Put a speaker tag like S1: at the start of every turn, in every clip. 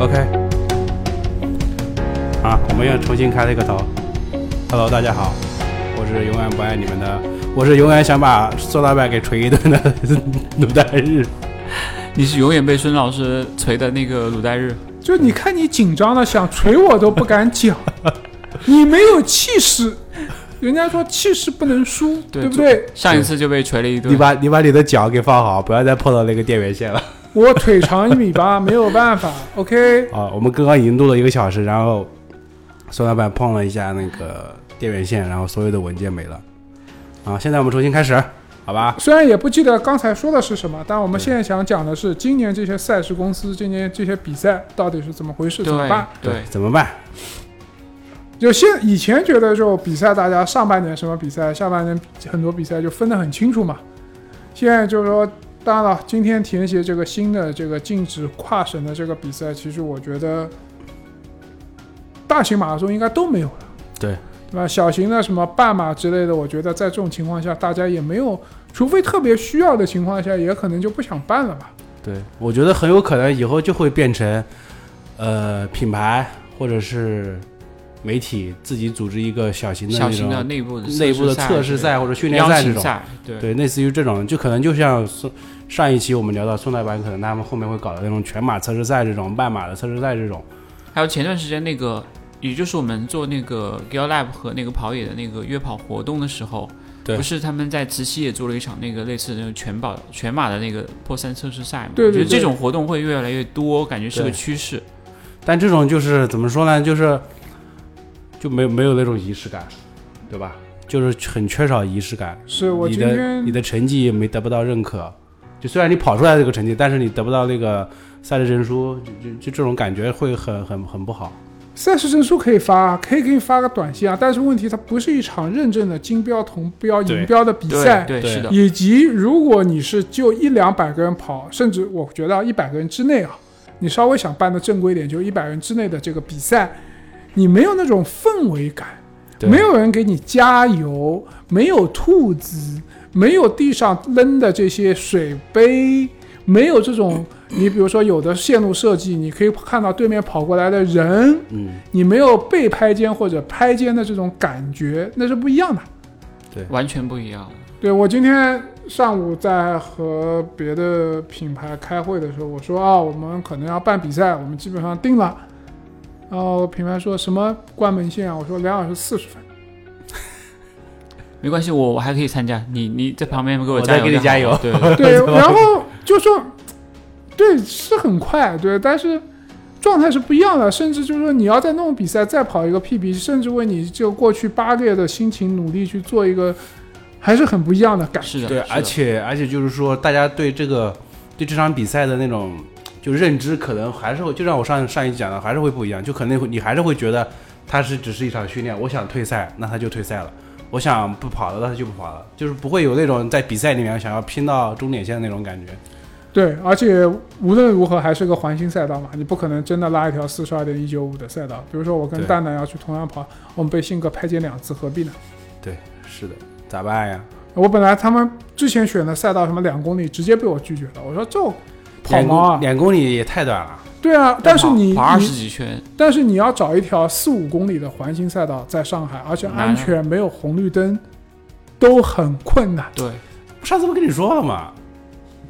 S1: OK，啊，我们又重新开了一个头。Hello，大家好，我是永远不爱你们的，我是永远想把孙老板给锤一顿的 卤蛋日。
S2: 你是永远被孙老师锤的那个卤蛋日。
S3: 就你看你紧张的，想捶我都不敢 讲，你没有气势。人家说气势不能输，
S2: 对
S3: 对不对？
S2: 上一次就被锤了一
S1: 你
S2: 顿。
S1: 把你把你的脚给放好，不要再碰到那个电源线了。
S3: 我腿长一米八，没有办法。OK，
S1: 啊，我们刚刚已经录了一个小时，然后孙老板碰了一下那个电源线，然后所有的文件没了。啊，现在我们重新开始，好吧？
S3: 虽然也不记得刚才说的是什么，但我们现在想讲的是今年这些赛事公司，今年这些比赛到底是怎么回事，怎么
S2: 对
S3: 办？
S2: 对，
S1: 怎么办？
S3: 就现以前觉得就比赛，大家上半年什么比赛，下半年很多比赛就分得很清楚嘛。现在就是说，当然了，今天田协这个新的这个禁止跨省的这个比赛，其实我觉得大型马拉松应该都没有了。
S1: 对，
S3: 对吧？小型的什么半马之类的，我觉得在这种情况下，大家也没有，除非特别需要的情况下，也可能就不想办了吧。
S1: 对，我觉得很有可能以后就会变成，呃，品牌或者是媒体自己组织一个小型的
S2: 小
S1: 那
S2: 型的
S1: 种
S2: 内部的
S1: 内部的测试赛或者训练赛这
S2: 这
S1: 种，
S2: 赛，对
S1: 对，类似于这种，就可能就像宋上一期我们聊到宋代版，可能他们后面会搞的那种全马测试赛这种、半马的测试赛这种，
S2: 还有前段时间那个，也就是我们做那个 Gear Lab 和那个跑野的那个约跑活动的时候，
S1: 对
S2: 不是他们在慈溪也做了一场那个类似那种全跑全马的那个破三测试赛嘛？
S3: 对对
S2: 我觉得
S3: 对
S2: 这种活动会越来越多，感觉是个
S1: 对
S2: 趋势。
S1: 但这种就是怎么说呢，就是就没有没有那种仪式感，对吧？就是很缺少仪式感，
S3: 是我
S1: 你
S3: 今
S1: 的
S3: 天
S1: 你的成绩也没得不到认可，就虽然你跑出来这个成绩，但是你得不到那个赛事证书，就就就这种感觉会很很很不好。
S3: 赛事证书可以发，可以给你发个短信啊，但是问题它不是一场认证的金标、铜标、
S1: 对
S3: 银标的比赛，
S2: 对
S1: 对
S2: 是的，
S3: 以及如果你是就一两百个人跑，甚至我觉得一百个人之内啊，你稍微想办的正规一点，就一百人之内的这个比赛，你没有那种氛围感，
S1: 对
S3: 没有人给你加油，没有兔子，没有地上扔的这些水杯，没有这种。你比如说，有的线路设计，你可以看到对面跑过来的人，
S1: 嗯，
S3: 你没有被拍肩或者拍肩的这种感觉，那是不一样的。
S2: 完全不一样。
S3: 对我今天上午在和别的品牌开会的时候，我说啊，我们可能要办比赛，我们基本上定了。然后品牌说什么关门线啊？我说两小时四十分。
S2: 没关系，我我还可以参加。你你在旁边给
S1: 我
S2: 加
S1: 再
S2: 油，
S1: 给你加油
S2: 对对对
S3: 对，然后就说，对，是很快，对，但是状态是不一样的。甚至就是说，你要在那种比赛再跑一个 PB，甚至为你就过去八个月的辛勤努力去做一个，还是很不一样的感受。
S2: 是的，
S1: 对，
S2: 是的
S1: 而且而且就是说，大家对这个对这场比赛的那种就认知，可能还是会就像我上上一集讲的，还是会不一样，就可能会你还是会觉得它是只是一场训练，我想退赛，那他就退赛了。我想不跑了，那他就不跑了，就是不会有那种在比赛里面想要拼到终点线的那种感觉。
S3: 对，而且无论如何还是个环形赛道嘛，你不可能真的拉一条四十二点一九五的赛道。比如说我跟
S1: 对
S3: 蛋蛋要去同样跑，我们被信哥拍肩两次，何必呢？
S1: 对，是的，咋办呀？
S3: 我本来他们之前选的赛道什么两公里，直接被我拒绝了。我说这跑
S1: 两公
S3: 毛啊，
S1: 两公里也太短了。
S3: 对啊，但是你
S2: 跑二十
S3: 你
S2: 几圈，
S3: 但是你要找一条四五公里的环形赛道，在上海，而且
S2: 难啊
S3: 安全没有红绿灯，都很困难。
S2: 对
S1: 上次不跟你说了吗？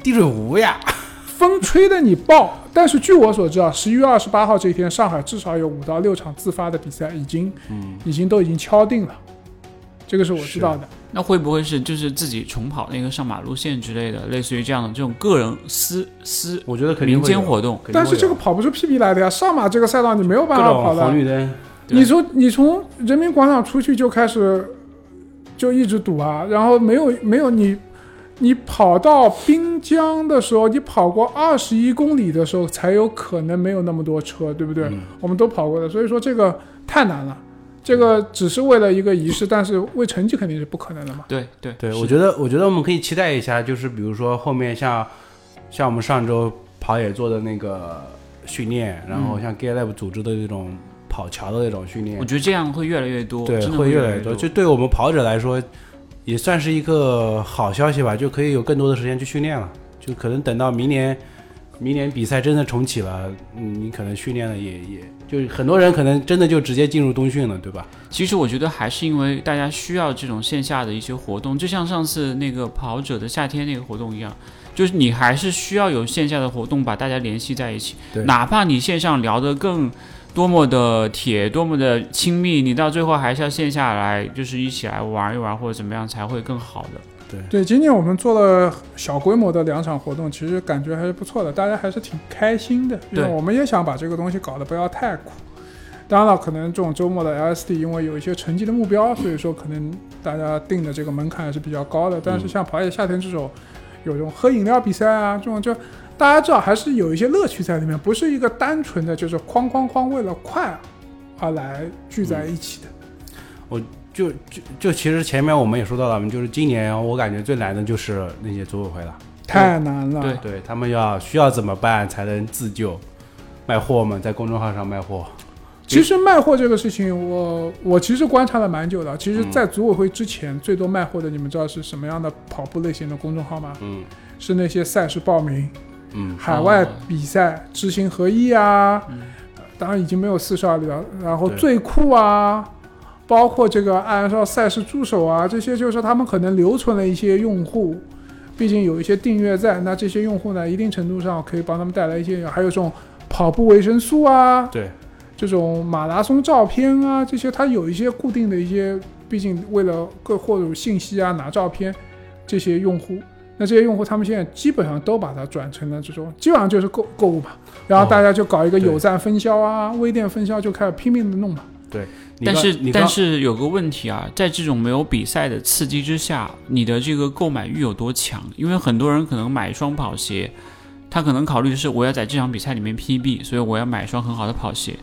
S1: 地水湖呀，
S3: 风吹的你爆。但是据我所知啊，十一月二十八号这一天，上海至少有五到六场自发的比赛已经，
S1: 嗯啊
S3: 已经都已经敲定了，这个是我知道的。
S2: 那会不会是就是自己重跑那个上马路线之类的，类似于这样的这种个人私私
S1: 我觉得肯定
S2: 民
S1: 会
S2: 间
S1: 有
S2: 活动？
S1: 肯定会有
S3: 但是这个跑不是 PB 来的呀，上马这个赛道你没有
S1: 各
S3: 办法跑
S1: 种红
S3: 的。
S1: 绿灯，
S2: 对
S3: 你从你从人民广场出去就开始，就一直堵啊，然后没有没有你，你跑到滨江的时候，你跑过二十一公里的时候才有可能没有那么多车，对不对？
S1: 嗯
S3: 我们都跑过的，所以说这个太难了。这个只是为了一个仪式，但是为成绩肯定是不可能的嘛。
S2: 对对
S1: 对，
S2: 是
S1: 我觉得，我觉得我们可以期待一下，就是比如说后面像像我们上周跑野做的那个训练，然
S2: 嗯
S1: 后像 Gear Lab 组织的这种跑桥的那种训练
S2: 我，觉得这样会越来越多，
S1: 对，
S2: 真的
S1: 会
S2: 越
S1: 来
S2: 多。
S1: 多。就对我们跑者来说，也算是一个好消息吧，就可以有更多的时间去训练了。就可能等到明年，明年比赛真的重启了，嗯，你可能训练了也也就很多人可能真的就直接进入冬训了，对吧？
S2: 其实我觉得还是因为大家需要这种线下的一些活动，就像上次那个跑者的夏天那个活动一样，就是你还是需要有线下的活动把大家联系在一起
S1: 对，
S2: 哪怕你线上聊得更多么的铁，多么的亲密，你到最后还是要线下来，就是一起来玩一玩或者怎么样才会更好的。
S3: 对，今年我们做了小规模的两场活动，其实感觉还是不错的，大家还是挺开心的。因为
S2: 对
S3: 我们也想把这个东西搞得不要太苦。当然了，可能这种周末的 LSD，因为有一些成绩的目标，所以说可能大家定的这个门槛还是比较高的。
S2: 嗯
S3: 但是像跑野夏天这种，有这种喝饮料比赛啊，这种就大家知道还是有一些乐趣在里面，不是一个单纯的就是哐哐哐为了快而来聚在
S2: 嗯
S3: 一起的。
S1: 就就就其实前面我们也说到了，就是今年我感觉最难的就是那些组委会了。
S3: 太难了，
S2: 对
S1: 对他们要需要怎么办才能自救？卖货嘛，在公众号上卖货。
S3: 其实卖货这个事情我，我其实观察了蛮久的。其
S1: 嗯
S3: 实，在组委会之前，最多卖货的，你们知道是什么样的跑步类型的公众号吗？
S1: 嗯
S3: 是那些赛事报名、
S1: 嗯，
S3: 海外比赛、知行合一啊，
S2: 嗯
S3: 呃当然已经没有四十二里了。然后
S1: 对
S3: 最酷啊，包括这个按照赛事助手啊，这些就是他们可能留存了一些用户，毕竟有一些订阅在，那这些用户呢，一定程度上可以帮他们带来一些，还有这种跑步维生素啊，
S1: 对，
S3: 这种马拉松照片啊，这些它有一些固定的一些，毕竟为了各获取信息啊，拿照片，这些用户，那这些用户他们现在基本上都把它转成了这种，基本上就是购购物嘛，然后大家就搞一个
S1: 对
S3: 有赞分销啊、微店分销，就开始拼命的弄嘛。
S1: 你
S2: 但
S1: 刚
S2: 是
S1: 你刚
S2: 但是有个问题啊，在这种没有比赛的刺激之下，你的这个购买欲有多强？因为很多人可能买一双跑鞋，他可能考虑的是我要在这场比赛里面 PB，所以我要买一双很好的跑鞋。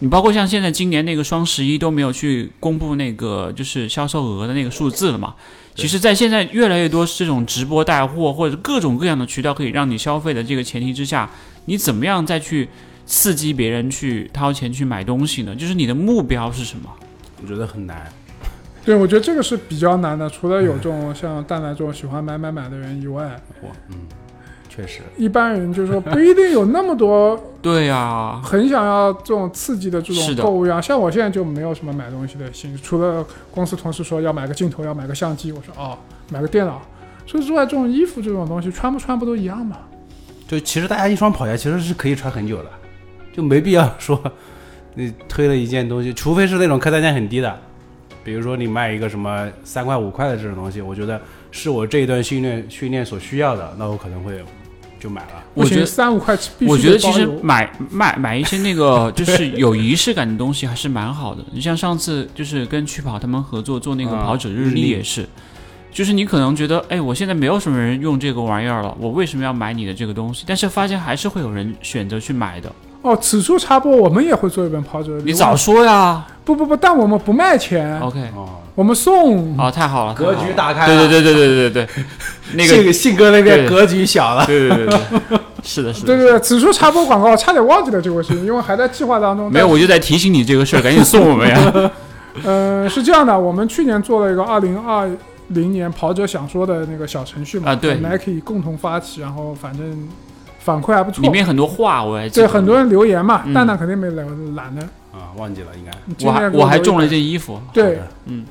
S2: 你包括像现在今年那个双十一都没有去公布那个就是销售额的那个数字了嘛？
S1: 对
S2: 其实，在现在越来越多这种直播带货或者各种各样的渠道可以让你消费的这个前提之下，你怎么样再去刺激别人去掏钱去买东西呢？就是你的目标是什么？
S1: 我觉得很难。
S3: 对，我觉得这个是比较难的，除了有这种像蛋蛋这种喜欢买买买的人以外，
S1: 我嗯，确实，
S3: 一般人就是说不一定有那么多
S2: 对呀、
S3: 很想要这种刺激的这
S2: 是
S3: 种
S2: 的
S3: 购物量，啊像我现在就没有什么买东西的心，除了公司同事说要买个镜头，要买个相机，我说哦，买个电脑。除此之外，这种衣服这种东西穿不穿不都一样吗？
S1: 就其实大家一双跑鞋其实是可以穿很久的，就没必要说你推了一件东西，除非是那种客单价很低的，比如说你卖一个什么三块五块的这种东西，我觉得是我这一段训练训练所需要的，那我可能会就买了。
S2: 我觉
S3: 不行
S2: 得
S3: 三五块必须
S2: 我觉得
S3: 包
S2: 其实
S3: 邮
S2: 买买买一些那个就是有仪式感的东西还是蛮好的。你像上次就是跟去跑他们合作做那个
S1: 啊
S2: 跑者
S1: 日
S2: 日历
S1: 历
S2: 也是，就是你可能觉得哎，我现在没有什么人用这个玩意儿了，我为什么要买你的这个东西？但是发现还是会有人选择去买的。
S3: 哦，此处插播，我们也会做一本跑者日历。
S2: 你早说呀
S3: 不不不，但我们不卖钱，
S2: ！OK，
S1: 哦，
S3: 我们送。
S2: 哦，太好了，
S1: 格
S2: 太好
S1: 局
S2: 了。
S1: 打开了，
S2: 对对对对对对对，那个
S1: 信信哥那边
S2: 对
S1: 格局小了。
S2: 对对对对，对是的，是的，
S3: 对对对，此处插播广告，差点忘记了这个事情，因为还在计划当 中。
S2: 没有，我就在提醒你这个事儿，赶紧送我们 呀。
S3: 呃，是这样的，我们去年做了一个二零二零年跑者想说的那个小程序嘛，
S2: 啊对
S3: 和，Nike 共同发起，然后反正反馈还不错，
S2: 里面很多话我还记
S3: 对
S2: 得，
S3: 很多人留言嘛，
S2: 嗯
S3: 蛋蛋肯定没懒懒的，
S1: 啊，忘记了应该。
S3: 今
S2: 我还
S3: 年给
S2: 我还
S3: 留
S2: 中了一
S3: 言
S2: 件衣服，
S3: 对
S1: 好的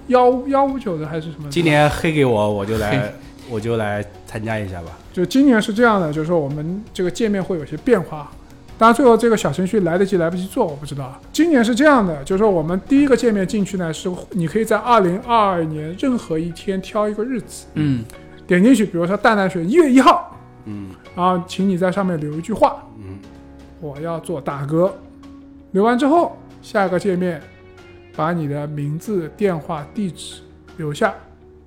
S3: 幺幺五九的还是什么的，
S1: 今年黑给我，我就来，我就来参加一下吧。
S3: 就今年是这样的，就是说我们这个界面会有些变化。当然，最后这个小程序来得及来不及做，我不知道啊。今年是这样的，就是说我们第一个界面进去呢，是你可以在二零二二年任何一天挑一个日子，
S2: 嗯。
S3: 点进去，比如说蛋蛋选一月一号，
S1: 嗯
S3: 然后请你在上面留一句话，
S1: 嗯，
S3: 我要做大哥。留完之后，下个界面把你的名字、电话、地址留下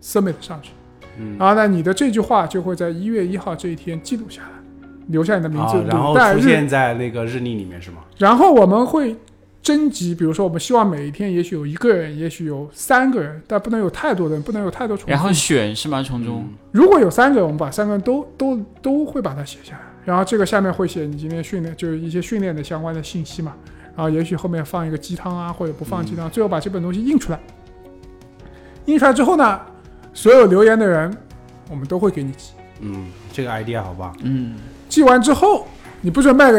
S3: ，submit 上去。
S1: 嗯
S3: 然后呢，你的这句话就会在一月一号这一天记录下来，留下你的名字、
S1: 啊，然后
S3: 领带
S1: 出
S3: 日
S1: 现。在那个日历里面是吗？
S3: 然后我们会征集，比如说我们希望每一天也许有一个人，也许有三个人，但不能有太多的人，不能有太多重复。
S2: 然后选是吗？从中、
S3: 如果有三个，我们把三个都都都会把它写下来，然后这个下面会写你今天训练，就是一些训练的相关的信息嘛，然后也许后面放一个鸡汤啊，或者不放鸡汤，最后把这本东西印出来。印出来之后呢，所有留言的人，我们都会给你寄。
S1: 嗯，这个 idea 好吧？
S2: 嗯，
S3: 寄完之后，你不准卖给，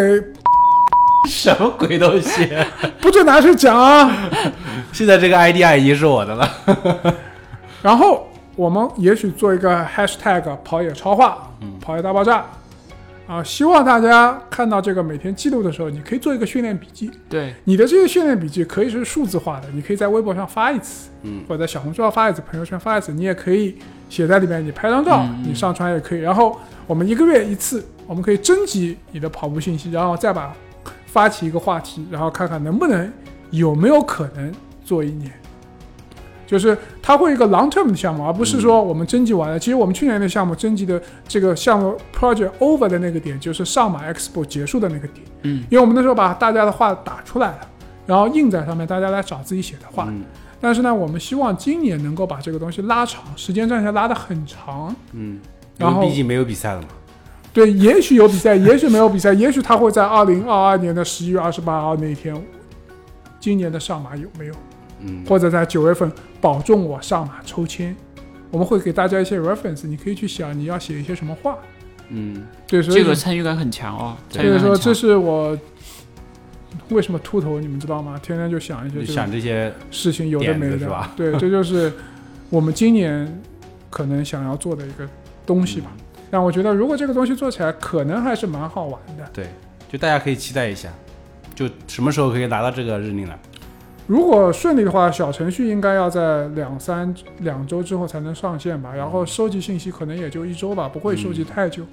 S1: 什么鬼东西？啊
S3: 不准拿去讲啊。
S1: 现在这个 idea 已经是我的了。
S3: 然后我们也许做一个 hashtag 跑野超话，跑野大爆炸。啊，希望大家看到这个每天记录的时候，你可以做一个训练笔记。
S2: 对，
S3: 你的这些训练笔记可以是数字化的，你可以在微博上发一次，
S1: 嗯，
S3: 或者在小红书上发一次，朋友圈发一次，你也可以写在里面，你拍张照，
S2: 嗯嗯
S3: 你上传也可以。然后我们一个月一次，我们可以征集你的跑步信息，然后再把发起一个话题，然后看看能不能有没有可能做一年。就是它会有一个 long term 的项目，而不是
S2: 嗯
S3: 说我们征集完了。其实我们去年的项目征集的这个项目 project over 的那个点，就是上马 expo 结束的那个点。
S2: 嗯，
S3: 因为我们那时候把大家的话打出来了，然后印在上面，大家来找自己写的话。
S1: 嗯
S3: 但是呢，我们希望今年能够把这个东西拉长，时间战线拉得很长。
S1: 嗯，
S3: 然后
S1: 因为毕竟没有比赛了嘛。
S3: 对，也许有比赛，也许没有比赛，也许他会在二零二二年的十一月二十八号那一天，今年的上马有没有？
S1: 嗯，
S3: 或者在九月份保重我上马抽签，我们会给大家一些 reference，你可以去想你要写一些什么话。
S1: 嗯，
S3: 对，所以
S2: 这个参与感很强哦，
S1: 对
S2: 参
S3: 所
S2: 与
S3: 以
S2: 感
S3: 说
S2: 很
S3: 这
S2: 强。
S3: 是我为什么秃头，你们知道吗？天天就想一些
S1: 就
S3: 这
S1: 想
S3: 种
S1: 这些，
S3: 事情，有的
S1: 点子
S3: 没
S1: 是
S3: 的
S1: 吧。
S3: 对，这就是我们今年可能想要做的一个东西
S1: 嗯
S3: 吧。但我觉得如果这个东西做起来，可能还是蛮好玩的。
S1: 对，就大家可以期待一下，就什么时候可以拿到这个日历来？
S3: 如果顺利的话，小程序应该要在两三两周之后才能上线吧。然后
S1: 嗯
S3: 收集信息可能也就一周吧，不会收集太久。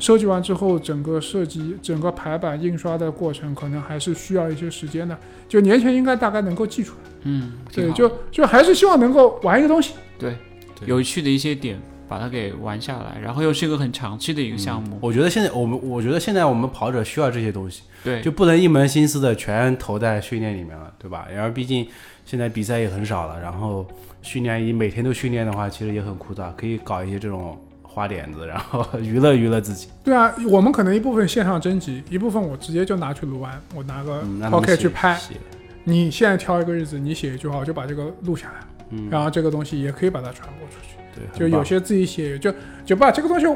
S3: 收集完之后，整个设计、整个排版、印刷的过程，可能还是需要一些时间的。就年前应该大概能够记出来。
S2: 嗯，挺
S3: 对，
S2: 好
S3: 就就还是希望能够玩一个东西。
S2: 对
S1: 对
S2: 有趣的一些点，把它给玩下来，然后又是一个很长期的一个项
S3: 嗯
S2: 目。
S1: 我觉得现在我们，我觉得现在我们跑者需要这些东西，
S2: 对，
S1: 就不能一门心思的全投在训练里面了，对吧？然后毕竟现在比赛也很少了，然后训练你每天都训练的话，其实也很枯燥，可以搞一些这种花点子，然后娱乐娱乐自己。
S3: 对啊，我们可能一部分线上征集，一部分我直接就拿去撸完，我拿个
S1: 嗯，那
S3: Pocket
S1: 写
S3: 去拍。
S1: 写
S3: 你现在挑一个日子，你写一句话，我就把这个录下来，
S1: 嗯，
S3: 然后这个东西也可以把它传播出去。
S1: 对，很
S3: 就有
S1: 棒
S3: 些自己写，就就把这个东西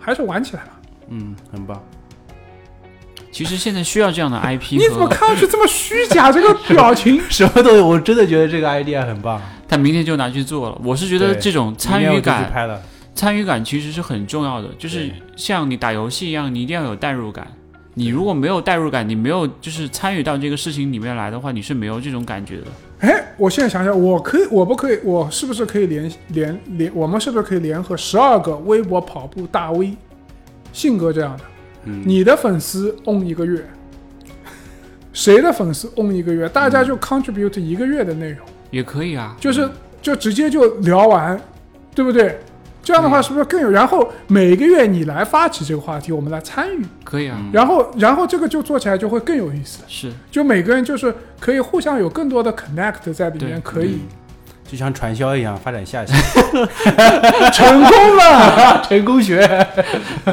S3: 还是玩起来嘛。
S1: 嗯，很棒。
S2: 其实现在需要这样的 IP
S3: 你怎么
S2: 和。
S3: 看上去这么虚假？这个表情
S1: 什么东西？我真的觉得这个 idea 很棒。
S2: 但明天就拿去做了。我是觉得
S1: 对
S2: 这种参
S1: 明天我
S2: 与
S1: 就去
S2: 感，
S1: 拍了，
S2: 参与感其实是很重要的，就是
S1: 对
S2: 像你打游戏一样，你一定要有代入感。你如果没有代入感，你没有就是参与到这个事情里面来的话，你是没有这种感觉的。
S3: 哎，我现在想想，我可以，我不可以，我是不是可以联联联？我们是不是可以联合十二个微博跑步大 V，性格这样的？
S1: 嗯，
S3: 你的粉丝 on 一个月，谁的粉丝 on 一个月？大家就 contribute 一个月的内容，
S2: 也可以啊，
S3: 就是就直接就聊完，对不对？这样的话
S2: 对
S3: 是不是更有？然后每个月你来发起这个话题，我们来参与，
S2: 可以啊，
S1: 嗯
S3: 然后然后这个就做起来就会更有意思。
S2: 是
S3: 就每个人就是可以互相有更多的 connect 在里
S2: 对
S3: 面，可以
S1: 嗯就像传销一样发展 下去，
S3: 成功了。
S1: 成功学。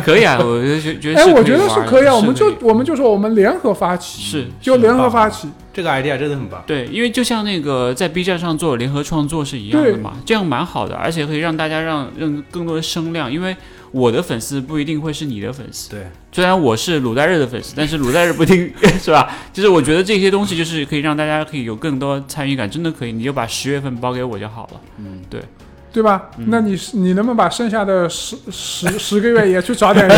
S2: 可以啊，我就觉觉得
S3: 哎，
S2: 是
S3: 我
S2: 可
S3: 觉得
S2: 玩
S3: 是
S2: 的
S3: 可以啊，我们就
S2: 可以
S3: 我们就说我们联合发起，
S2: 是
S3: 就是联合
S1: 棒
S3: 发起，
S1: 这个 idea 真的很棒。
S2: 对，因为就像那个在 B 站上做联合创作是一样的
S3: 对
S2: 嘛，这样蛮好的，而且可以让大家让让更多的声量，因为我的粉丝不一定会是你的粉丝，
S1: 对，
S2: 虽然我是鲁代日的粉丝，但是鲁代日不听 是吧？就是我觉得这些东西就是可以让大家可以有更多参与感，真的可以，你就把十月份包给我就好 了。
S1: 嗯，
S3: 对吧？
S2: 嗯
S3: 那你是你能不能把剩下的十十十个月也去找 点人？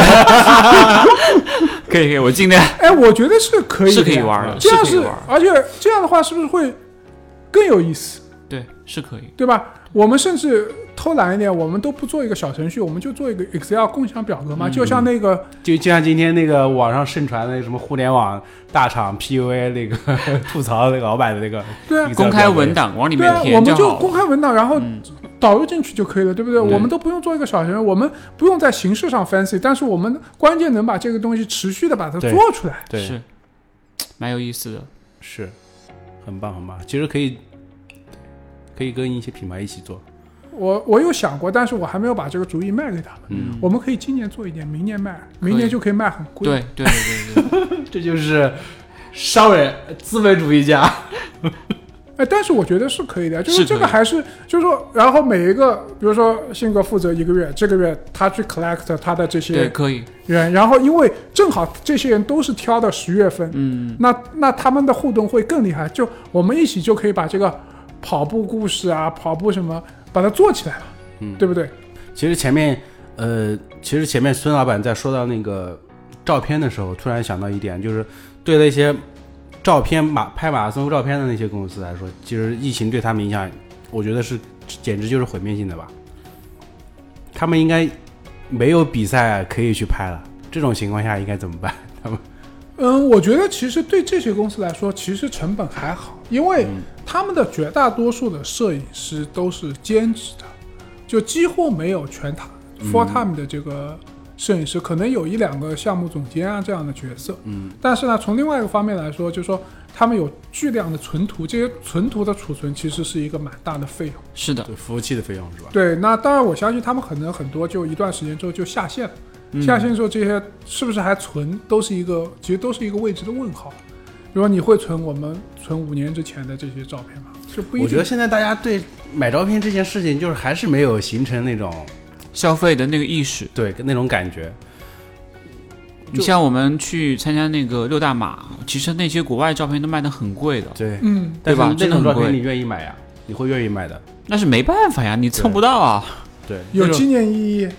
S2: 可以可以，我尽量。
S3: 哎，我觉得是可以的
S2: 是
S3: 呀，
S2: 可以玩的
S3: 这样
S2: 是可以
S3: 是
S2: 玩，
S3: 而且这样的话是不是会更有意思，
S2: 对，是可以。
S3: 对吧？我们甚至偷懒一点，我们都不做一个小程序，我们就做一个 Excel 共享表格嘛，就
S2: 嗯
S3: 像那个
S1: 就就像今天那个网上盛传的那个什么互联网大厂 PUA 那个 吐槽那个老板的那个
S3: 对啊
S1: Excel
S2: 公开
S1: 表格
S2: 文，档往里
S3: 对
S2: 面
S3: 啊，我
S2: 填
S3: 们就
S2: 好
S3: 公
S2: 了。
S3: 开文档，然后
S2: 嗯，
S3: 导入进去就可以了，对不对？
S1: 对
S3: 我们都不用做一个小程序，我们不用在形式上 fancy，但是我们关键能把这个东西持续的把它
S1: 对
S3: 做出来。
S1: 对，
S2: 是，蛮有意思的。
S1: 是，很棒很棒。其实可以，可以跟一些品牌一起做。
S3: 我我有想过，但是我还没有把这个主意卖给他们。
S1: 嗯，
S3: 我们可以今年做一点，明年卖，明
S2: 可
S3: 年
S2: 以
S3: 就可以卖很贵。
S2: 对对 对对对，
S1: 这就是商人资本主义家。
S3: 哎，但是我觉得是可以的，就是
S2: 是
S3: 这
S2: 可
S3: 个
S2: 以
S3: 还是就是说，然后每一个，比如说信哥负责一个月，这个月他去 collect 他的这
S2: 对，
S3: 些
S2: 可以，
S3: 人，然后因为正好这些人都是挑到十月份，
S2: 嗯，
S3: 那那他们的互动会更厉害，就我们一起就可以把这个跑步故事啊，跑步什么，把它做起来了，
S1: 嗯
S3: 对不对？
S1: 其实前面，呃，其实前面孙老板在说到那个照片的时候，突然想到一点，就是对那些照片马拍马拉松照片的那些公司来说，其实疫情对他们影响，我觉得是简直就是毁灭性的吧。他们应该没有比赛可以去拍了，这种情况下应该怎么办？ 他们
S3: 嗯，我觉得其实对这些公司来说，其实成本还好，因为他们的绝大多数的摄影师都是兼职的，就几乎没有全 full time 的这个摄影师，可能有一两个项目总监啊这样的角色。
S1: 嗯，
S3: 但是呢，从另外一个方面来说，就是说他们有巨量的存图，这些存图的储存其实是一个蛮大的费用。
S2: 是的，
S1: 对服务器的费用是吧？
S3: 对，那当然我相信他们可能很多就一段时间之后就下线了。
S1: 嗯
S3: 下线之后，这些是不是还存，都是一个其实都是一个未知的问号。比如说你会存我们存五年之前的这些照片吗？就不一
S1: 我觉
S3: 定
S1: 得。现在大家对买照片这件事情，就是还是没有形成那种
S2: 消费的那个意识。
S1: 对那种感觉。
S2: 你像我们去参加那个六大马，其实那些国外照片都卖的很贵的，
S1: 对，
S3: 嗯，
S1: 但
S2: 对
S1: 是
S2: 吧
S1: 那
S2: 真的
S1: 种
S2: 很
S1: 照片
S2: 贵
S1: 你愿意买呀？你会愿意买的。
S2: 那是没办法呀，你蹭不到啊。
S1: 对，
S3: 有
S1: 这种
S3: 纪念意义。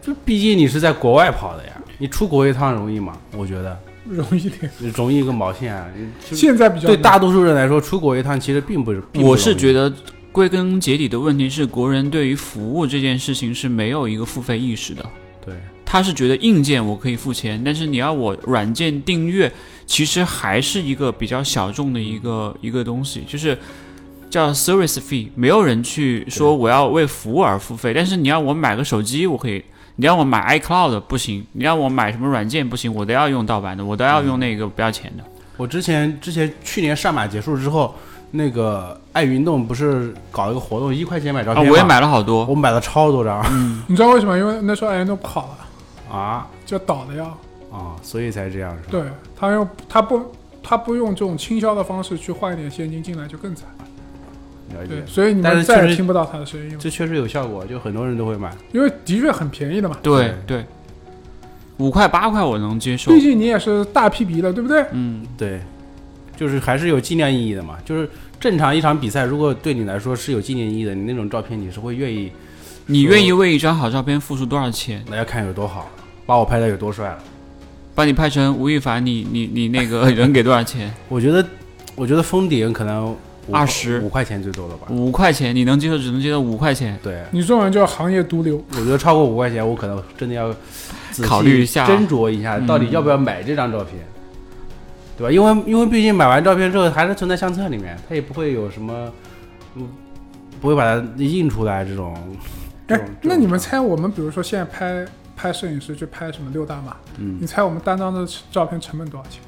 S1: 这毕竟你是在国外跑的呀，你出国一趟容易吗？我觉得
S3: 容易点，
S1: 容易个毛线啊！你其实
S3: 现在比较
S1: 对
S3: 难
S1: 大多数人来说，出国一趟其实并不是。并不
S2: 我是
S1: 容易
S2: 觉得，归根结底的问题是，国人对于服务这件事情是没有一个付费意识的。
S1: 对，
S2: 他是觉得硬件我可以付钱，但是你要我软件订阅，其实还是一个比较小众的一个一个东西，就是叫 service fee，没有人去说我要为服务而付费。但是你要我买个手机，我可以；你让我买 iCloud 不行，你让我买什么软件不行，我都要用盗版的，我都
S1: 嗯
S2: 要用那个不要钱的。
S1: 我之前之前去年上马结束之后，那个爱运动不是搞一个活动，一块钱买照
S2: 啊，
S1: 片、
S2: 我也，买了好多。
S1: 我买了超多张、
S3: 你知道为什么？因为那时候 i 都不好了，
S1: 啊
S3: 就倒了呀。
S1: 啊，所以才这样是吧？
S3: 对他用他不他不用这种倾销的方式去换一点现金进来就更惨。
S1: 了
S3: 对
S1: 解，，
S3: 所以你
S1: 哎但
S3: 们
S1: 是
S3: 再
S1: 确
S3: 也
S1: 实
S3: 听不到他的声音了，
S1: 这确实有效果，就很多人都会买。
S3: 因为的确很便宜的嘛。
S2: 对对，五块八块我能接受
S3: 毕。竟你也是大 P 皮了，对不对？
S2: 嗯，
S1: 对，就是还是有纪念意义的嘛。就是正常一场比赛，如果对你来说是有纪念意义的，你那种照片你是会愿意
S2: 你愿意为一张好照片付出多少钱？
S1: 那要看有多好，把我拍的有多帅了。
S2: 把你拍成吴亦凡，你你你那个人给多少钱？
S1: 我觉得，我觉得封顶可能五
S2: 20
S1: 五块钱最多了吧。
S2: 五块钱，你能接受只能接受五块钱。
S1: 对，
S3: 你这种人叫行业毒瘤。哎
S1: 我觉得超过五块钱，我可能真的要仔细
S2: 考虑一下
S1: 斟酌一下
S2: 嗯
S1: 到底要不要买这张照片，对吧？因为因为毕竟买完照片之后还是存在相册里面，它也不会有什么，嗯，不会把它印出来这种。这种
S3: 哎，那
S1: 这种
S3: 你们猜我们比如说现在拍拍摄影师去拍什么六大码，
S1: 嗯
S3: 你猜我们单张的照片成本多少钱？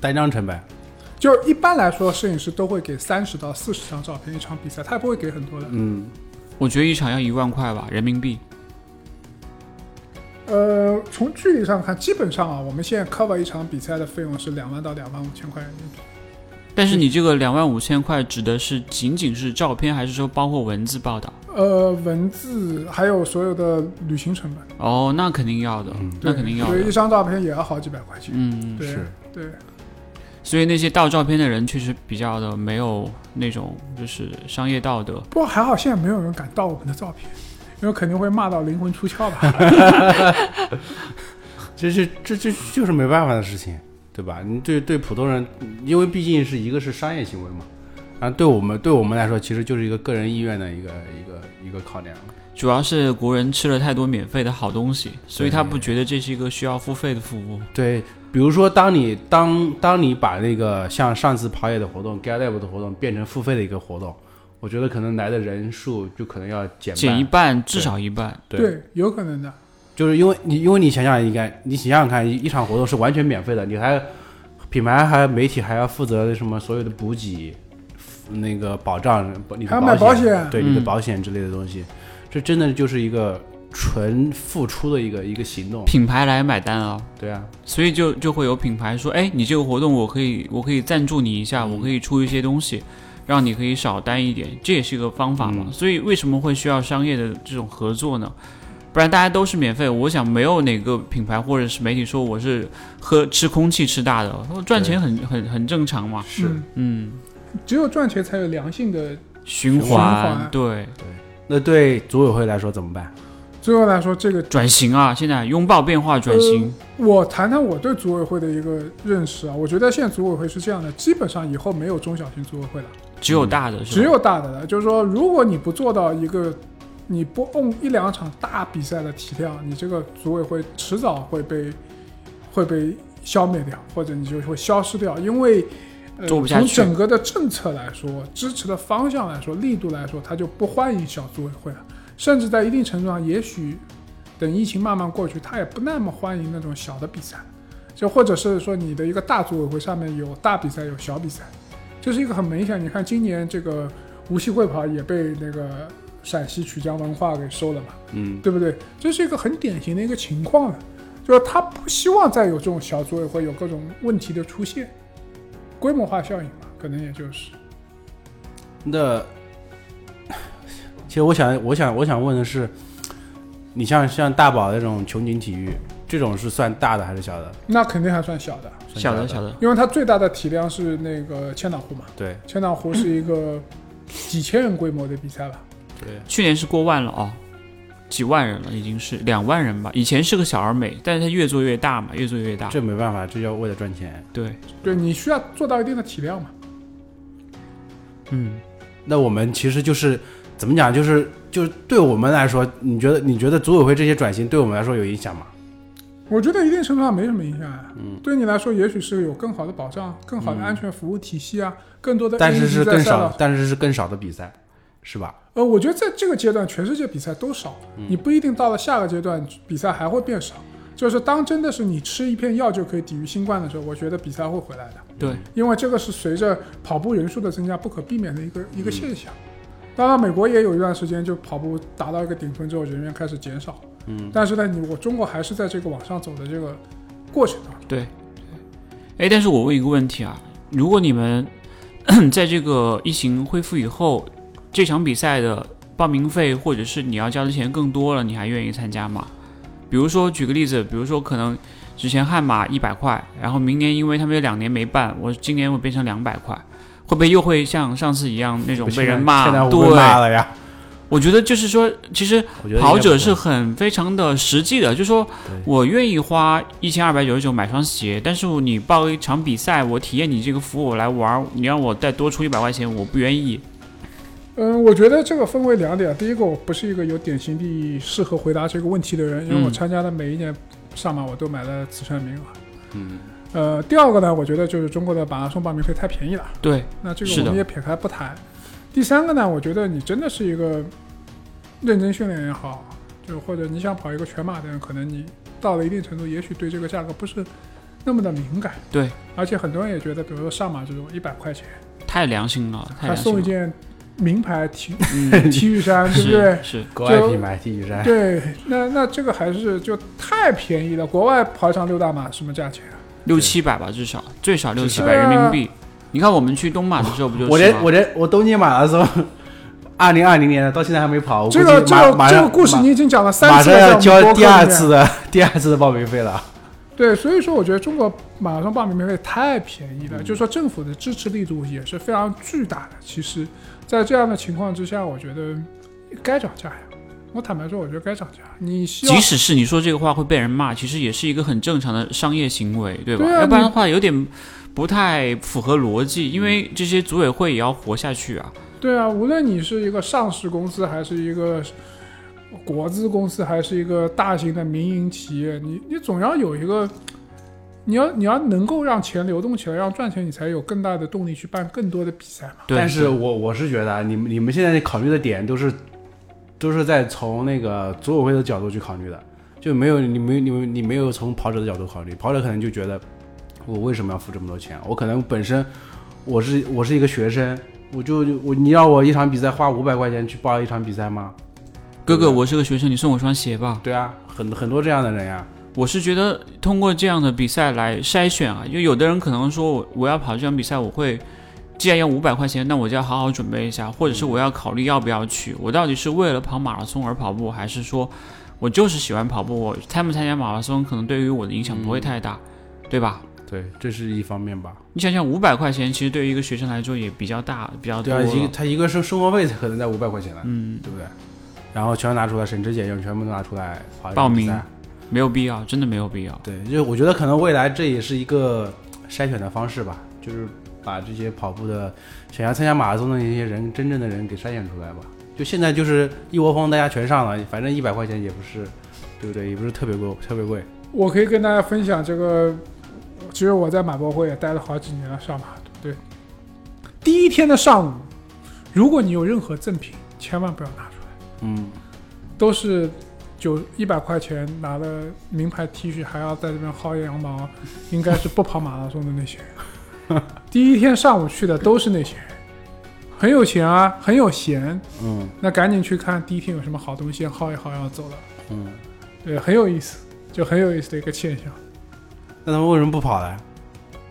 S1: 单张成本，
S3: 就是一般来说，摄影师都会给三十到四十张照片一场比赛，他也不会给很多的。
S1: 嗯，
S2: 我觉得一场要一万块吧，人民币。
S3: 呃，从距离上看，基本上啊，我们现在 cover 一场比赛的费用是两万到两万五千块人民币。
S2: 但是你这个两万五千块指的是仅仅是照片，还是说包括文字报道？
S3: 呃，文字还有所有的旅行成本，
S2: 哦，那肯定要的，
S1: 嗯
S2: 那
S3: 对，
S2: 肯定要
S3: 所以一
S2: 的。
S3: 张照片也要好几百块钱。
S2: 嗯，
S3: 对
S1: 是
S3: 对，
S2: 所以那些盗照片的人确实比较的没有那种就是商业道德。
S3: 不过还好现在没有人敢盗我们的照片， 因为肯定会骂到灵魂出窍吧。
S1: 这是这这就是没办法的事情，对吧？你对对普通人，因为毕竟是一个是商业行为嘛，然后对我们对我们来说，其实就是一个个人意愿的一个一个一个考量。
S2: 主要是国人吃了太多免费的好东西，所以
S1: 对
S2: 他不觉得这是一个需要付费的服务。
S1: 对，比如说当你当当你把那个像上次跑野的活动、g a l a b 的活动变成付费的一个活动，我觉得可能来的人数就可能要减半
S2: 减一半，至少一半。
S1: 对，
S3: 对，有可能的。
S1: 就是因为你因为你想想应该你想想看，一一场活动是完全免费的，你还品牌还媒体还要负责什么所有的补给、那个保障、你的
S3: 还要买
S1: 保
S3: 保险
S1: 对你的
S2: 嗯
S1: 保险之类的东西，这真的就是一个纯付出的一个一个行动。
S2: 品牌来买单啊、
S1: 对啊，
S2: 所以就就会有品牌说，哎，你这个活动我可以我可以赞助你一
S1: 嗯
S2: 下，我可以出一些东西，让你可以少单一点，这也是一个方法
S1: 嗯
S2: 嘛。所以为什么会需要商业的这种合作呢？不然大家都是免费，我想没有哪个品牌或者是媒体说我是喝吃空气吃大的，他说赚钱很很很正常嘛。
S1: 是
S3: 嗯
S2: 嗯，
S3: 只有赚钱才有良性的。
S2: 循
S3: 循环
S2: 对
S1: 那对组委会来说怎么办？
S3: 最后来说，这个
S2: 转型啊，现在拥抱变化转型，
S3: 我谈谈我对组委会的一个认识啊，我觉得现在组委会是这样的，基本上以后没有中小型组委会了，
S2: 只有大的是吧？
S3: 只有大的了。就是说，如果你不做到一个，你不 own 一两场大比赛的体量，你这个组委会迟早会被会被消灭掉，或者你就会消失掉，因为。呃
S2: 做不下去
S3: 从整个的政策来说，支持的方向来说，力度来说，它就不欢迎小组委会了。甚至在一定程度上，也许等疫情慢慢过去，它也不那么欢迎那种小的比赛，就或者是说你的一个大组委会上面有大比赛有小比赛，这是一个很明显。你看今年这个无锡会跑也被那个陕西曲江文化给收了嘛，
S1: 嗯，
S3: 对不对？这是一个很典型的一个情况了，就是他不希望再有这种小组委会有各种问题的出现，规模化效应嘛，可能也就是
S1: 那其实我想，我想，我想问的是，你像像大宝那种穹顶体育，这种是算大的还是小的？
S3: 那肯定还算小的，
S1: 算
S2: 小的
S1: 的
S2: 小的，
S3: 因为它最大的体量是那个千岛湖嘛，
S1: 对
S3: 千岛湖是一个几千人规模的比赛吧，
S1: 对，
S2: 去年是过万了哦，几万人了，已经是两万人吧。以前是个小而美，但是它越做越大嘛，越做越大。
S1: 这没办法，这要为了赚钱。
S2: 对，
S3: 对你需要做到一定的体量嘛。
S2: 嗯，
S1: 那我们其实就是怎么讲，就是就是对我们来说，你觉得你觉得组委会这些转型对我们来说有影响吗？
S3: 我觉得一定程度上没什么影响啊，
S1: 嗯
S3: 对你来说也许是有更好的保障、更好的安全服务体系啊，更多的
S1: 但
S3: A
S1: 是
S3: 级
S1: 是
S3: 在
S1: 更
S3: 赛道
S1: 少，但是是更少的比赛，是吧？
S3: 呃，我觉得在这个阶段，全世界比赛都少，你不一定到了下个阶段比赛还会变少。就是当真的是你吃一片药就可以抵御新冠的时候，我觉得比赛会回来的，
S2: 对，
S3: 因为这个是随着跑步人数的增加不可避免的一个一个现象。当然，美国也有一段时间就跑步达到一个顶峰之后，人员开始减少。
S1: 嗯，
S3: 但是呢，你我中国还是在这个往上走的这个过程当中。
S2: 对，对。哎，但是我问一个问题啊，如果你们 在这个疫情恢复以后，这场比赛的报名费或者是你要交的钱更多了，你还愿意参加吗？比如说，举个例子，比如说可能之前悍马一百块，然后明年因为他们有两年没办，我今年我变成两百块，会不会又会像上次一样那种被人骂？啊
S1: 现在我被
S2: 对，
S1: 骂了呀。
S2: 我觉得就是说，其实
S1: 我觉得
S2: 跑者是
S1: 应该不会
S2: 很非常的实际的，就说
S1: 对
S2: 我愿意花一千二百九十九买双鞋，但是你报一场比赛，我体验你这个服务我来玩儿，你让我再多出一百块钱，我不愿意。
S3: 嗯，我觉得这个分为两点。第一个，我不是一个有典型地适合回答这个问题的人，因为我
S2: 嗯
S3: 参加的每一年上马我都买了慈善名额。
S1: 嗯，
S3: 呃，第二个呢，我觉得就是中国的马拉松报名费太便宜了，
S2: 对，
S3: 那这个
S2: 是的
S3: 我们也撇开不谈。第三个呢，我觉得你真的是一个认真训练也好，就或者你想跑一个全马的人，可能你到了一定程度，也许对这个价格不是那么的敏感。
S2: 对，
S3: 而且很多人也觉得，比如说上马这种一百块钱，
S2: 太良心了，太
S3: 还
S2: 良心
S3: 送一
S2: 了。
S3: 件名牌 T
S2: 嗯，
S3: T 恤衫， 对不对
S2: 是？是，
S1: 国外品牌 T 恤衫，
S3: 对，那那这个还是就太便宜了。国外跑一场六大马什么价钱啊？
S2: 六七百吧，至少最少六
S1: 至
S2: 七
S1: 少
S2: 百人民币。你看我们去东马的时候不就是
S1: 我
S2: 吗
S1: 这我这我东京马拉松， 二零二零年的到现在还没跑，我估计
S3: 这个这
S1: 马
S3: 个
S1: 马
S3: 这
S1: 上
S3: 个故事你已经讲了
S1: 马
S3: 三次
S1: 上要
S3: 了，在我们
S1: 交
S3: 播客
S1: 第二
S3: 里面
S1: 次。的 第二次的报名费了。
S3: 对，所以说我觉得中国马拉松报名费太便宜了，就是说政府的支持力度也是非常巨大的。其实，在这样的情况之下，我觉得该涨价呀。我坦白说，我觉得该涨价。你希望
S2: 即使是你说这个话会被人骂，其实也是一个很正常的商业行为，对吧？
S3: 对啊
S2: 要不然的话有点不太符合逻辑，因为这些组委会也要活下去啊。
S3: 对啊，无论你是一个上市公司，还是一个国资公司，还是一个大型的民营企业，你你总要有一个，你要你要能够让钱流动起来，让赚钱，你才有更大的动力去办更多的比赛嘛。
S2: 对，
S1: 但是我我是觉得啊，你们你们现在考虑的点都是都是在从那个组委会的角度去考虑的，就没有你没有你没有你没有从跑者的角度考虑，跑者可能就觉得我为什么要付这么多钱？我可能本身我是我是一个学生，我就我你要我一场比赛花五百块钱去报一场比赛吗？
S2: 哥
S1: 对啊
S2: 哥，
S1: 吧
S2: 我是个学生，你送我双鞋吧。
S1: 对啊，很很多这样的人呀，
S2: 我是觉得通过这样的比赛来筛选啊，就有的人可能说我我要跑这场比赛，我会既然要五百块钱，那我就要好好准备一下，
S1: 嗯
S2: 或者是我要考虑要不要去，我到底是为了跑马拉松而跑步，还是说我就是喜欢跑步，我参不参加马拉松可能对于我的影响不会太大，
S1: 嗯
S2: 对吧？
S1: 对，这是一方面吧。
S2: 你想想，五百块钱其实对于一个学生来说也比较大，比较
S1: 对
S2: 多
S1: 啊，
S2: 了。
S1: 一个他一个生生活费可能在五百块钱了，
S2: 嗯，
S1: 对不对？然后全拿出来，省吃俭用全部拿出来跑一场
S2: 报
S1: 比
S2: 名
S1: 赛
S2: 没有必要，真的没有必要。
S1: 对，就我觉得可能未来这也是一个筛选的方式吧，就是把这些跑步的想要参加马拉松的那些人，真正的人给筛选出来吧。就现在就是一窝蜂，大家全上了，反正一百块钱也不是，对不对？也不是特别贵，特别贵。
S3: 我可以跟大家分享这个，其实我在马博会也待了好几年了，上马对。第一天的上午，如果你有任何赠品，千万不要拿出来，
S1: 嗯，
S3: 都是九一百块钱拿了名牌 T 恤，还要在这边薅羊毛，应该是不跑马拉松的那些人。第一天上午去的都是那些人，很有钱啊，很有闲，
S1: 嗯
S3: 那赶紧去看第一天有什么好东西，薅一薅要走了。
S1: 嗯，
S3: 对，很有意思，就很有意思的一个现象。
S1: 那他们为什么不跑呢？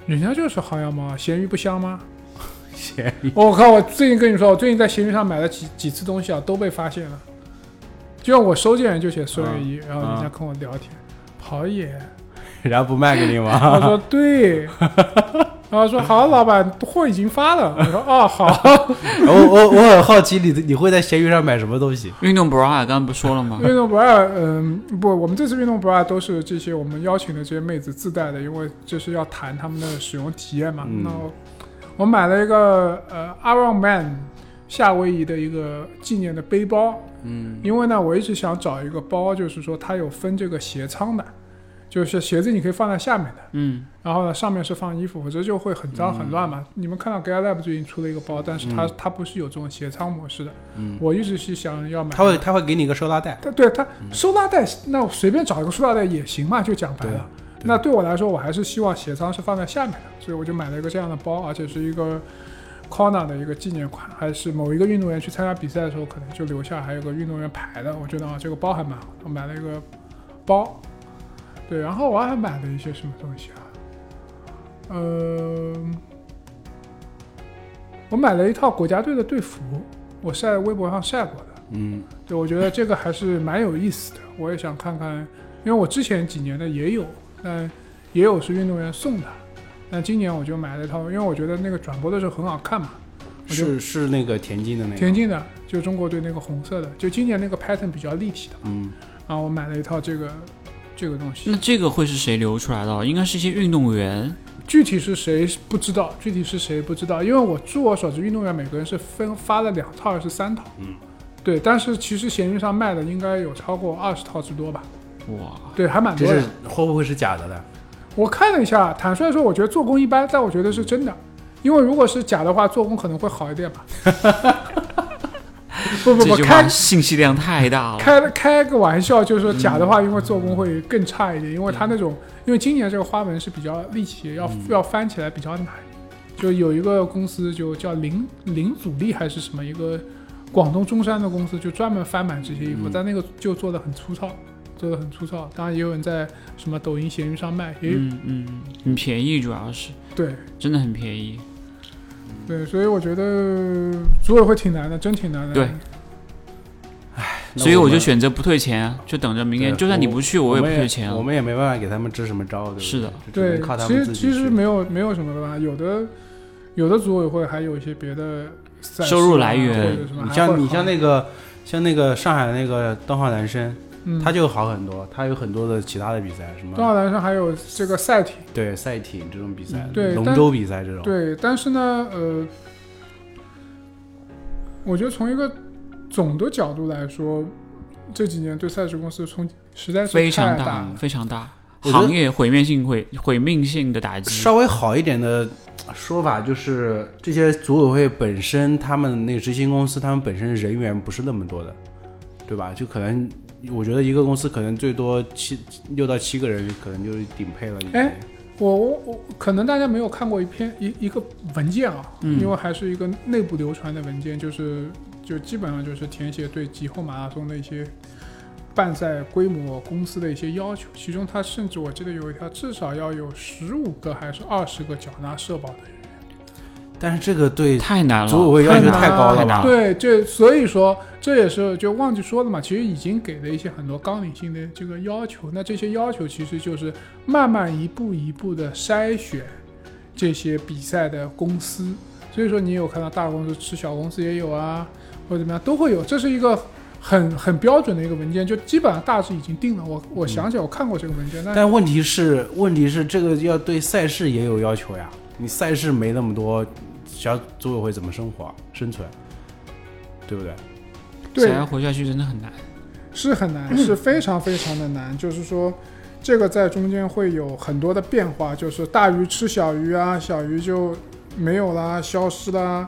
S3: 人家就是薅羊毛，啊咸鱼不香吗？
S1: 闲
S3: 我靠！我最近跟你说，我最近在闲鱼上买了几几次东西啊，都被发现了。就像我收件人就写孙悦一，然后人家跟我聊天，跑野，
S1: 然后不卖给你
S3: 他
S1: 吗？
S3: 说对，然后说好，老板货已经发了。我说哦，好，
S1: 我我我很好奇你你会在闲鱼上买什么东西？
S2: 运动 bra 刚刚不说了吗？
S3: 运动 bra，嗯，不，我们这次运动 bra 都是这些我们邀请的这些妹子自带的，因为就是要谈他们的使用体验嘛。
S1: 嗯
S3: 那我我买了一个呃 Iron Man 夏威夷的一个纪念的背包，
S1: 嗯
S3: 因为呢，我一直想找一个包，就是说它有分这个鞋仓的，就是鞋子你可以放在下面的，
S2: 嗯，
S3: 然后呢上面是放衣服，否则就会很
S1: 嗯
S3: 脏很乱嘛。你们看到 g a l a b 最近出了一个包，但是它、它不是有这种鞋仓模式的，
S1: 嗯，
S3: 我一直是想要买。
S1: 他会他会给你一个收纳袋。
S3: 它对它收纳袋，那我随便找一个收纳袋也行嘛，就讲白了。
S1: 对
S3: 那对我来说，我还是希望鞋仓是放在下面的，所以我就买了一个这样的包，而且是一个 Kona 的一个纪念款，还是某一个运动员去参加比赛的时候可能就留下，还有个运动员牌的，我觉得啊这个包还蛮好的，我买了一个包。对，然后我还买了一些什么东西啊？呃，我买了一套国家队的队服，我晒微博上晒过的。
S1: 嗯
S3: 对，我觉得这个还是蛮有意思的，我也想看看，因为我之前几年的也有，但也有是运动员送的，但今年我就买了一套，因为我觉得那个转播的时候很好看嘛，我就是
S1: 是那个田径的那个。
S3: 田径的就中国队那个红色的，就今年那个 pattern 比较立体的，
S1: 嗯，
S3: 然后我买了一套这个这个东
S2: 那
S3: 西，
S2: 这个会是谁流出来的？应该是一些运动员。
S3: 具体是谁不知道，具体是谁不知道，因为我据我所知，运动员每个人是分发了两套还是三套，
S1: 嗯，
S3: 对，但是其实闲鱼上卖的应该有超过二十套之多吧，
S2: 哇，
S3: 对，还蛮
S1: 这
S3: 多的
S1: 是。会不会是假的呢？
S3: 我看了一下，坦率说，我觉得做工一般，但我觉得是真的，因为如果是假的话，做工可能会好一点吧。不不
S2: 这
S3: 不，
S2: 句
S3: 开
S2: 话信息量太大了。
S3: 开了开个玩笑，就是说假的话，因为做工会更差一点，因为它那种，因为今年这个花纹是比较立体，要、要翻起来比较难。就有一个公司就叫零零阻力还是什么一个广东中山的公司，就专门翻版这些衣服，
S1: 嗯
S3: 但那个就做的很粗糙，做的很粗糙。当然也有人在什么抖音、闲鱼上卖，也有、
S2: 嗯嗯，很便宜，主要是
S3: 对。
S2: 真的很便宜。
S3: 对，所以我觉得组委会挺难的，真挺难的。
S2: 对，所以我就选择不退钱啊，就等着明年。
S1: 对
S2: 就算你
S1: 我
S2: 不去，
S1: 我
S2: 也不
S1: 们
S2: 退钱啊
S1: 我。们也没办法给他们支什么招，对不对？
S2: 是的，
S1: 只能
S3: 对
S1: 靠，他
S3: 其
S1: 们
S3: 实
S1: 自己去
S3: 其实没有没有什么的吧，有的有的组委会还有一些别的赛事啊
S2: 收入来源
S3: 或者什么
S1: 你
S3: 还会
S1: 像你
S3: 好
S1: 像那个像那个上海的那个东浩男生，
S3: 嗯，啊
S1: 他就好很多，他有很多的其他的比赛，什
S3: 东
S1: 么
S3: 亚男生还有这个赛艇，
S1: 对赛艇这种比赛
S2: 嗯，
S3: 对
S1: 龙
S3: 但
S1: 舟比赛这种，
S3: 对，但是呢，呃，我觉得从一个总的角度来说，这几年对赛事公司冲击实在是
S2: 非
S3: 太
S2: 常
S3: 大
S2: 大
S3: 了，，
S2: 非常大，
S1: 我觉得
S2: 行业毁灭性毁毁灭性的打击。
S1: 稍微好一点的说法就是，这些组委会本身他们那个执行公司，他们本身人员不是那么多的，对吧？就可能我觉得一个公司可能最多七六到七个人，可能就是顶配了。已经
S3: 哎我我我可能大家没有看过一篇一一个文件啊，因为还是一个内部流传的文件，就是就基本上就是填写对极后马拉松的一些办赛规模、公司的一些要求。其中，它甚至我记得有一条，至少要有十五个还是二十个缴纳社保的人。
S1: 但是这个对
S2: 太难了，
S1: 组委会要求太高了
S2: 太难
S1: 吧？
S3: 对，这所以说这也是就忘记说了嘛，其实已经给了一些很多纲领性的这个要求。那这些要求其实就是慢慢一步一步的筛选这些比赛的公司。所以说你有看到大公司吃小公司也有啊，或者怎么样都会有，这是一个。很很标准的一个文件，就基本上大致已经定了。我我想起来我看过这个文件，
S2: 嗯
S3: 但
S1: 但问题是，问题是这个要对赛事也有要求呀。你赛事没那么多，小组委会怎么生活生存？对不对？
S3: 对
S2: 想要活下去真的很难。
S3: 是很难，是非常非常的难。就是说，这个在中间会有很多的变化，就是大鱼吃小鱼啊，小鱼就没有啦，消失啦，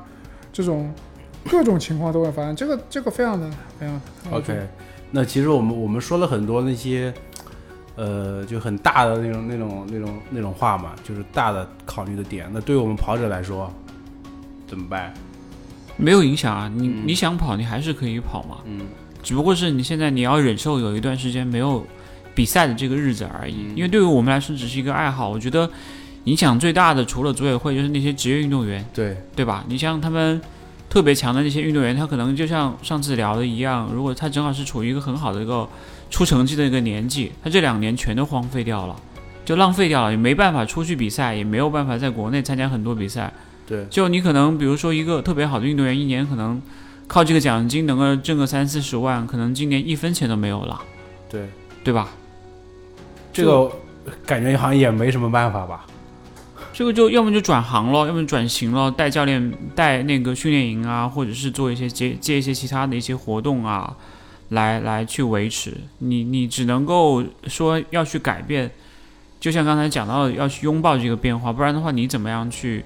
S3: 这种各种情况都会发生。这个这个非常的非常
S2: 嗯
S3: 难
S1: OK，那其实我们我们说了很多那些，呃，就很大的那种那种那种那种话嘛，就是大的考虑的点。那对我们跑者来说，怎么办？
S2: 没有影响啊，你、你想跑，你还是可以跑嘛。
S1: 嗯，
S2: 只不过是你现在你要忍受有一段时间没有比赛的这个日子而已。因为对于我们来说，只是一个爱好。我觉得影响最大的，除了组委会，就是那些职业运动员，
S1: 对，
S2: 对吧？你像他们特别强的那些运动员，他可能就像上次聊的一样，如果他正好是处于一个很好的一个出成绩的一个年纪，他这两年全都荒废掉了，就浪费掉了，也没办法出去比赛，也没有办法在国内参加很多比赛。
S1: 对，
S2: 就你可能比如说一个特别好的运动员，一年可能靠这个奖金能够挣个三四十万，可能今年一分钱都没有了，
S1: 对，
S2: 对吧？
S1: 这个感觉好像也没什么办法吧？
S2: 这个就要么就转行了，要么转型了，带教练带那个训练营啊，或者是做一些接接一些其他的一些活动啊，来来去维持。你你只能够说要去改变，就像刚才讲到的，要去拥抱这个变化，不然的话你怎么样去？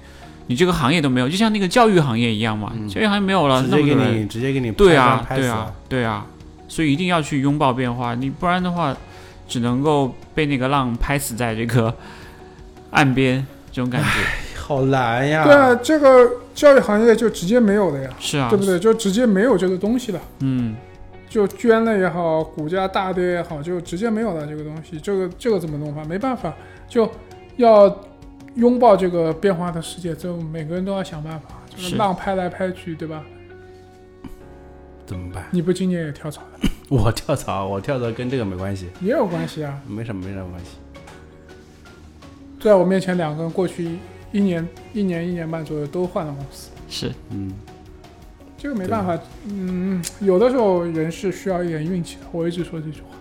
S2: 你这个行业都没有，就像那个教育行业一样嘛，
S1: 嗯
S2: 教育行业没有了，
S1: 直接
S2: 那么
S1: 给
S2: 多人
S1: 你直接给你
S2: 对
S1: 拍
S2: 啊，
S1: 板拍
S2: 对
S1: 死
S2: 啊
S1: 了，，
S2: 对啊，所以一定要去拥抱变化，你不然的话，只能够被那个浪拍死在这 个岸边，这种感觉。
S1: 好难呀！
S3: 对啊，这个教育行业就直接没有了呀，
S2: 是啊
S3: 对，不对？就直接没有这个东西了。
S2: 嗯，
S3: 就捐了也好，股价大跌也好，就直接没有了这个东西。这个这个怎么弄法？没办法，就要拥抱这个变化的世界，就每个人都要想办法。这
S2: 是
S3: 个浪拍来拍去，对吧？
S1: 怎么办？
S3: 你不今年也跳槽了，
S1: 我跳槽，我跳槽跟这个没关系，
S3: 也有关系啊。
S1: 没什么没什么关系。
S3: 在我面前两个人过去一年、一年、一年半左右都换了公司，
S2: 是
S1: 嗯，
S3: 这个没办法。嗯，有的时候人是需要一点运气的。我一直说这句话。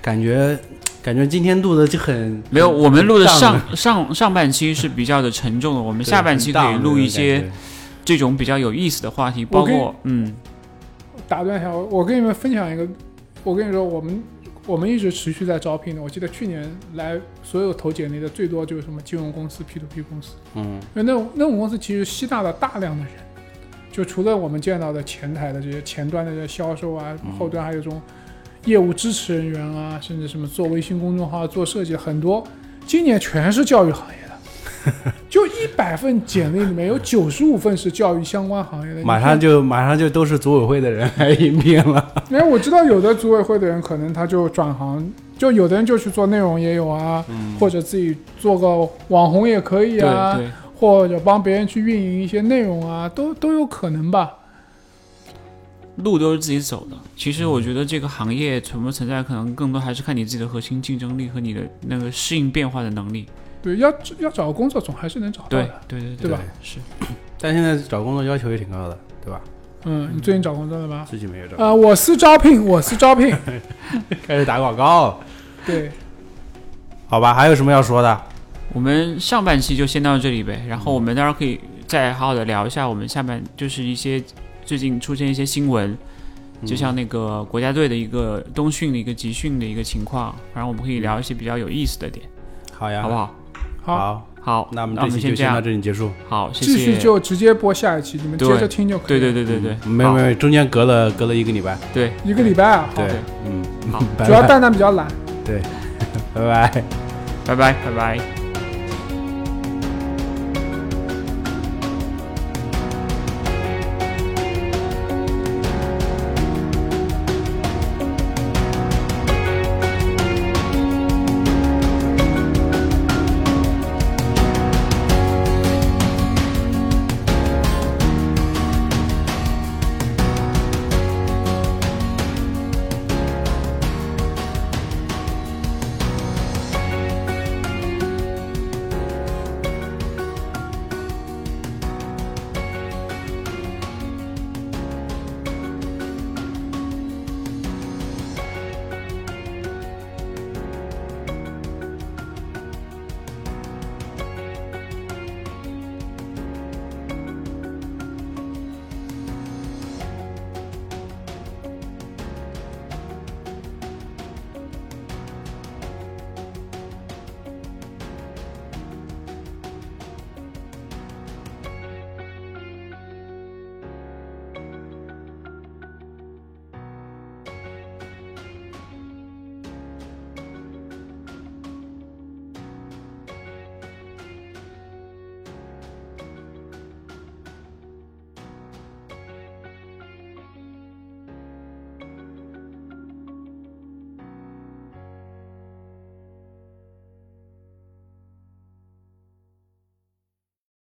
S1: 感觉感觉今天录的就很
S2: 没有。我们录的
S1: 很荡
S2: 上上上半期是比较的 沉重的，我们
S1: 对
S2: 下半期可以
S1: 很荡
S2: 录一
S1: 那
S2: 些
S1: 种感觉
S2: 这种比较有意思的话题，
S3: 我
S2: 包
S3: 跟
S2: 括嗯，
S3: 打断一下，我我跟你们分享一个，我跟你说，我们我们一直持续在招聘的。我记得去年来所有投简历的最多就是什么金融公司、P to P 公司，
S1: 嗯
S3: 因为那种那种公司其实吸纳了大量的人，就除了我们见到的前台的这些前端的这些销售啊，
S1: 嗯
S3: 后端还有这种业务支持人员啊，甚至什么做微信公众号、做设计的很多，今年全是教育行业的， 就一百份简历里面有九十五份是教育相关行业的，你
S1: 马
S3: 看
S1: 上就马上就都是组委会的人来应聘了。
S3: 因为我知道有的组委会的人可能他就转行，就有的人就去做内容也有啊，或者自己做个网红也可以
S2: 对
S3: 啊，
S1: 嗯
S2: 嗯对，
S3: 或者帮别人去运营一些内容啊，都都有可能吧。
S2: 路都是自己走的。其实我觉得这个行业存不存在，可能更多还是看你自己的核心竞争力和你的那个适应变化的能力。
S3: 对，要要找个工作总还是能找到
S2: 对
S3: 的。
S2: 对对
S3: 对吧？
S2: 是。
S1: 但现在找工作要求也挺高的，对吧？
S3: 嗯，你最近找工作了吗？
S1: 自己没有找，
S3: 呃，我是招聘，我是 招聘。
S1: 开始打广告了，
S3: 对，
S1: 好吧？还有什么要说的？
S2: 我们上半期就先到这里呗，然
S1: 嗯
S2: 后我们待会儿可以再好好的聊一下我们下半就是一些最近出现一些新闻，
S1: 嗯
S2: 就像那个国家队的一个冬训的一个集训的一个情况，然后我们可
S1: 嗯
S2: 以聊一些比较有意思的点，
S1: 好呀，
S2: 好不好？
S3: 好，
S1: 好，
S2: 好，
S1: 啊那
S2: 那
S1: 我们这期
S2: 先
S1: 就
S2: 这
S1: 先到
S2: 样，
S1: 这里结束。
S2: 好，谢
S3: 继续
S2: 谢。
S3: 就直接播下一期，你们接
S2: 对
S3: 着听就可
S2: 对
S3: 以了。
S2: 对对对对，
S1: 嗯没有没有，中间隔了隔了一个礼拜，
S2: 对
S3: 对，一个礼拜啊，好
S1: 对
S2: 对，
S1: 嗯，
S2: 好，
S1: 拜
S3: 主要
S1: 拜
S3: 蛋蛋比较懒。
S1: 对，拜拜。
S2: 拜拜拜拜。